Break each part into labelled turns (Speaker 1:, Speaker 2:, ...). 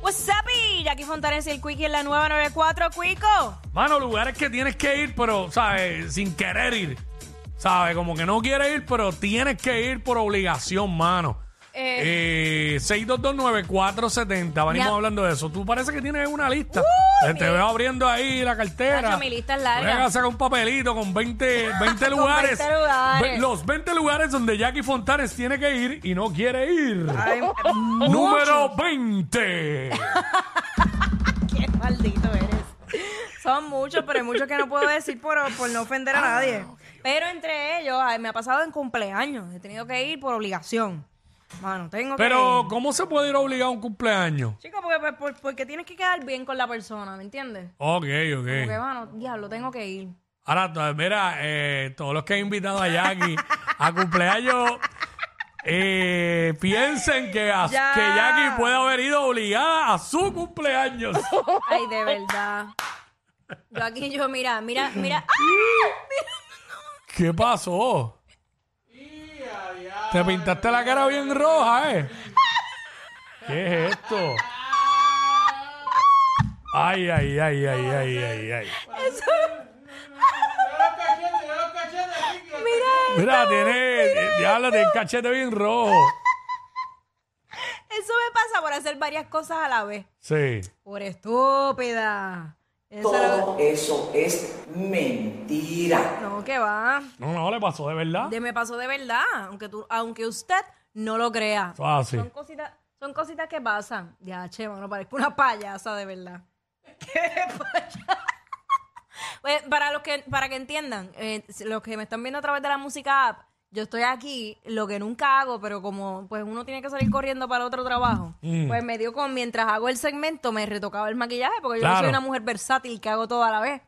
Speaker 1: What's up, y Jackie Fontanes y el Quickie en la nueva 94, Quico.
Speaker 2: Mano, lugares que tienes que ir, pero, ¿sabes? Sin querer ir. ¿Sabes? Como que no quieres ir, pero tienes que ir por obligación, mano. Eh, 6229470, venimos
Speaker 1: Ya.
Speaker 2: hablando de eso. Tú parece que tienes una lista.
Speaker 1: Uy,
Speaker 2: Eh, Te veo abriendo ahí la cartera.
Speaker 1: Uh, Nacho, mi lista es larga.
Speaker 2: Voy a sacar un papelito con 20, 20 lugares.
Speaker 1: 20 lugares.
Speaker 2: Ve- Los 20 lugares donde Jackie Fontanes tiene que ir y no quiere ir.
Speaker 1: Ah,
Speaker 2: Número 20.
Speaker 1: Qué maldito eres. Son muchos, pero hay muchos que no puedo decir por, por no ofender a nadie. Pero entre ellos, ay, me ha pasado en cumpleaños. He tenido que ir por obligación. Mano, tengo que
Speaker 2: Pero,
Speaker 1: ir.
Speaker 2: ¿cómo se puede ir obligado a un cumpleaños?
Speaker 1: Chico, porque, por- por- porque tienes que quedar bien con la persona, ¿me entiendes?
Speaker 2: Ok,
Speaker 1: Porque,
Speaker 2: ok.
Speaker 1: mano, diablo, tengo que ir.
Speaker 2: Ahora, to- mira, eh, todos los que he invitado a Jackie a cumpleaños, eh, piensen que, a-
Speaker 1: Ya.
Speaker 2: que Jackie puede haber ido obligada a su cumpleaños.
Speaker 1: Ay, de verdad. Yo aquí, yo, mira, mira, mira. ¡Ah,
Speaker 2: ¿Qué pasó? Te pintaste la cara bien roja, ¿eh? ¿Qué es esto? Ay, ay, ay, ay, ay, ay, ay.
Speaker 1: Mira,
Speaker 2: Mira, tiene, diablo, tiene el cachete bien rojo.
Speaker 1: eso me pasa por hacer varias cosas a la vez.
Speaker 2: Sí.
Speaker 1: Por estúpida. Eso era-
Speaker 3: Todo eso es mentira.
Speaker 1: No, que va.
Speaker 2: No, no, le pasó de verdad.
Speaker 1: De me pasó de verdad, aunque tú, aunque usted no lo crea.
Speaker 2: Eso es así.
Speaker 1: Son cositas, son cositas que pasan. Ya, che, mano, parezco una payasa de verdad. Qué payasa. Pues, para los que, para que entiendan, eh, los que me están viendo a través de la música app, yo estoy aquí, lo que nunca hago, pero como pues uno tiene que salir corriendo para otro trabajo, pues me dio con mientras hago el segmento, me retocaba el maquillaje, porque yo no soy
Speaker 2: Claro.
Speaker 1: una mujer versátil que hago todo a la vez.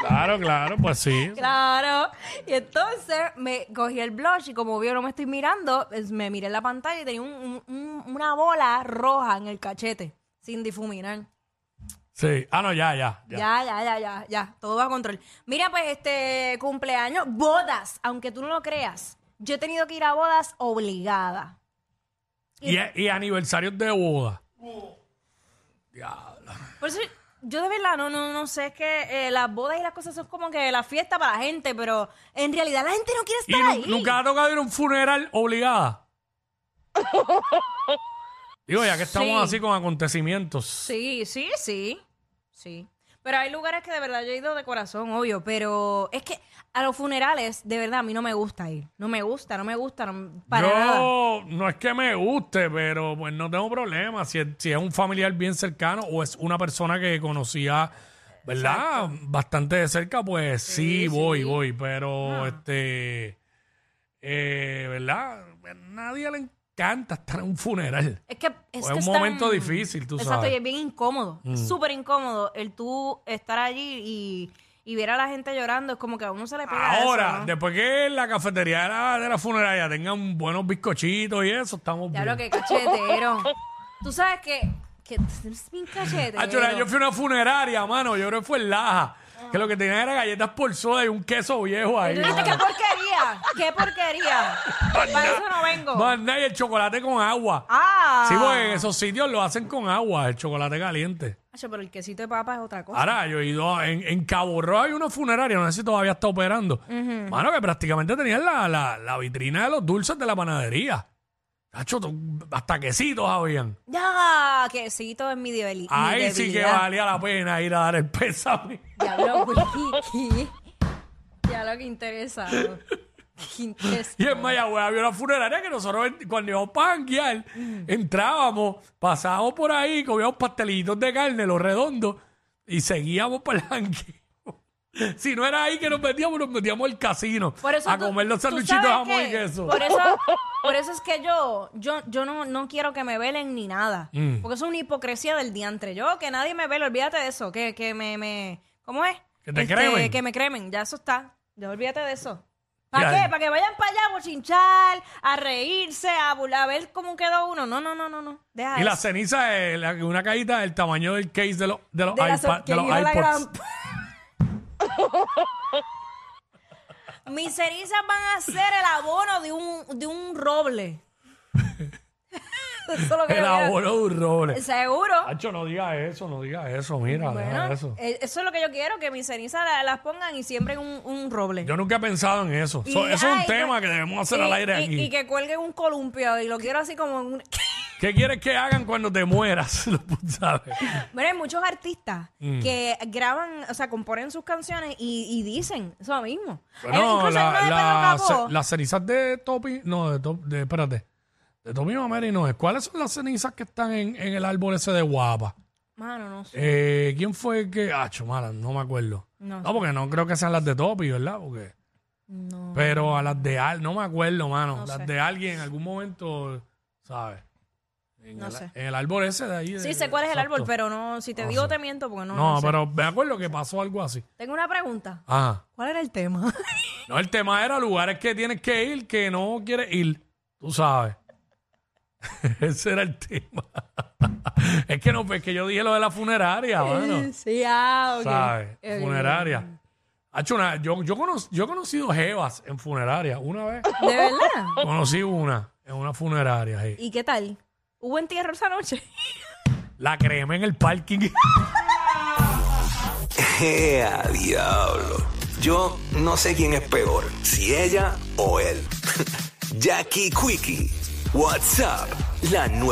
Speaker 2: Claro, claro, pues sí.
Speaker 1: Claro. Y entonces me cogí el blush y como vio no me estoy mirando, es- me miré en la pantalla y tenía un- un- un- una bola roja en el cachete, sin difuminar.
Speaker 2: Sí. Ah, no, ya, ya. ya.
Speaker 1: Ya. ya, ya, ya, ya, Todo bajo control. Mira, pues este cumpleaños, bodas, aunque tú no lo creas. Yo he tenido que ir a bodas obligada.
Speaker 2: Y, y aniversarios de boda.
Speaker 1: Por eso yo de verdad no, no, no sé, es que eh, las bodas y las cosas son como que la fiesta para la gente, pero en realidad la gente no quiere
Speaker 2: Y
Speaker 1: estar
Speaker 2: nu-
Speaker 1: ahí.
Speaker 2: nunca ha tocado ir a un funeral obligada. Digo, ya que estamos
Speaker 1: Sí.
Speaker 2: así con acontecimientos.
Speaker 1: Sí, sí, sí. Sí. Pero hay lugares que de verdad yo he ido de corazón, obvio, pero es que a los funerales, de verdad, a mí no me gusta ir. No me gusta, no me gusta, no- para
Speaker 2: Yo
Speaker 1: nada.
Speaker 2: no es que me guste, pero pues no tengo problema. Si es, si es un familiar bien cercano o es una persona que conocía, ¿verdad? Bastante de cerca, pues sí, voy, voy.
Speaker 1: Ah.
Speaker 2: Pero, este, eh, ¿verdad? A nadie le encanta estar en un funeral.
Speaker 1: Es que es,
Speaker 2: Es
Speaker 1: que
Speaker 2: un
Speaker 1: tan-
Speaker 2: momento difícil, tú
Speaker 1: Exacto,
Speaker 2: sabes. Mm.
Speaker 1: y es bien incómodo, súper incómodo el tú estar allí y, y ver a la gente llorando, es como que a uno se le pega Ah, eso,
Speaker 2: Ahora,
Speaker 1: ¿no?
Speaker 2: después que la cafetería de la, de la funeraria tengan buenos bizcochitos y eso, estamos
Speaker 1: Diablo,
Speaker 2: bien.
Speaker 1: que cachetero. Tú sabes que, que es bien cachetero.
Speaker 2: Ah, chula, yo fui a una funeraria, mano. Yo creo que fue en Laja. Que lo que tenían era galletas por soda y un queso viejo ahí.
Speaker 1: Entonces, ¿Qué
Speaker 2: mano.
Speaker 1: porquería? ¿Qué porquería? Para eso no vengo.
Speaker 2: Más nada, y el chocolate con agua.
Speaker 1: Ah.
Speaker 2: Sí, pues en esos sitios lo hacen con agua, el chocolate caliente.
Speaker 1: Acho, pero el quesito de papa es otra cosa.
Speaker 2: Ahora, yo he ido a- en, en Cabo Rojo hay una funeraria, no sé si todavía está operando. Mano, que prácticamente tenían la, la- la vitrina de los dulces de la panadería. Tacho, to- hasta quesitos habían.
Speaker 1: Ya, quesito es mi, debili- mi
Speaker 2: Ahí sí que
Speaker 1: debilidad.
Speaker 2: valía la pena ir a dar el pésame.
Speaker 1: Diablo, Wiki. Diablo, que interesado. Qué
Speaker 2: Y
Speaker 1: interesado.
Speaker 2: en Mayagüez había una funeraria que nosotros en- cuando íbamos para janguear, entrábamos, pasábamos por ahí, comíamos pastelitos de carne, los redondos, y seguíamos para el jangueo. Si no era ahí que nos metíamos, nos metíamos al casino
Speaker 1: Por eso
Speaker 2: a
Speaker 1: tú-
Speaker 2: comer los
Speaker 1: ¿tú sabes
Speaker 2: sanduchitos de jamón
Speaker 1: qué?
Speaker 2: y queso.
Speaker 1: Por eso, por eso es que yo, yo, yo no, no quiero que me velen ni nada.
Speaker 2: Mm.
Speaker 1: Porque eso es una hipocresía del diantre. Yo, que nadie me vele, olvídate de eso. Que, que me, me. ¿Cómo es? Este,
Speaker 2: Que te cremen.
Speaker 1: Que me cremen, ya eso está. Ya olvídate de eso.
Speaker 2: Ya.
Speaker 1: ¿Para qué? ¿Para que vayan para allá a bochinchar, a reírse, a, bul- a ver cómo quedó uno? No, no, no, no, no. Deja
Speaker 2: Y la
Speaker 1: eso.
Speaker 2: ceniza es la- una cajita del tamaño del case de, los de los,
Speaker 1: De la
Speaker 2: iPad-
Speaker 1: so-
Speaker 2: de
Speaker 1: que
Speaker 2: los
Speaker 1: yo la
Speaker 2: iPods.
Speaker 1: gran- Mis cenizas van a ser el abono de un, de un roble. Eso es lo que yo
Speaker 2: El
Speaker 1: quiero.
Speaker 2: abono de un roble.
Speaker 1: Seguro.
Speaker 2: Hacho, no digas eso, no digas eso, mira, deja
Speaker 1: Bueno,
Speaker 2: eso.
Speaker 1: eh, eso es lo que yo quiero, que mis cenizas la- las pongan y siembren un, un roble.
Speaker 2: Yo nunca he pensado en eso.
Speaker 1: eh, Y,
Speaker 2: So- eso es un
Speaker 1: ay,
Speaker 2: tema
Speaker 1: pues,
Speaker 2: que debemos hacer al
Speaker 1: y-
Speaker 2: aire
Speaker 1: y-
Speaker 2: aquí.
Speaker 1: Y que cuelguen un columpio y lo quiero así como... Un...
Speaker 2: ¿Qué quieres que hagan cuando te mueras? Lo- ¿Sabes?
Speaker 1: Bueno, hay muchos artistas
Speaker 2: Mm.
Speaker 1: que graban, o sea, componen sus canciones y, y dicen eso mismo. Eh,
Speaker 2: Bueno,
Speaker 1: incluso
Speaker 2: la,
Speaker 1: una de Pedro
Speaker 2: la-
Speaker 1: Capó,
Speaker 2: ce- las cenizas de Topi, no, de Topi, espérate, de Topi Mameri no es. ¿Cuáles son las cenizas que están en, en el árbol ese de guapa?
Speaker 1: Mano, no sé.
Speaker 2: Eh, ¿Quién fue el que...? Ah, chumala, no me acuerdo.
Speaker 1: No
Speaker 2: No, porque no creo que sean las de Topi, ¿verdad? Porque...
Speaker 1: No.
Speaker 2: Pero a las de Al, no me acuerdo, mano.
Speaker 1: No
Speaker 2: las
Speaker 1: sé.
Speaker 2: de alguien en algún momento, ¿sabes? En
Speaker 1: No
Speaker 2: el,
Speaker 1: sé.
Speaker 2: en el árbol ese de ahí.
Speaker 1: Sí,
Speaker 2: de-
Speaker 1: sé cuál es el
Speaker 2: exacto.
Speaker 1: árbol, pero no, si te digo te miento porque no.
Speaker 2: No,
Speaker 1: no sé.
Speaker 2: pero me acuerdo que pasó algo así.
Speaker 1: Tengo una pregunta.
Speaker 2: Ajá.
Speaker 1: ¿Cuál era el tema?
Speaker 2: No, el tema era lugares que tienes que ir que no quieres ir. Tú sabes. Ese era el tema. es que no, pues que yo dije lo de la funeraria, mano.
Speaker 1: sí, ah, ok.
Speaker 2: ¿Sabes?
Speaker 1: Ok.
Speaker 2: Funeraria. Hacho, una- yo, yo, conoc- yo he conocido Jevas en funeraria. Una vez
Speaker 1: ¿De verdad?
Speaker 2: conocí una en una funeraria. sí.
Speaker 1: ¿Y qué tal? ¿Hubo entierro esa noche?
Speaker 2: La crema en el parking.
Speaker 4: ¡Ea, diablo! Yo no sé quién es peor, si ella o él. Jackie Quickie, WhatsApp, la nueva.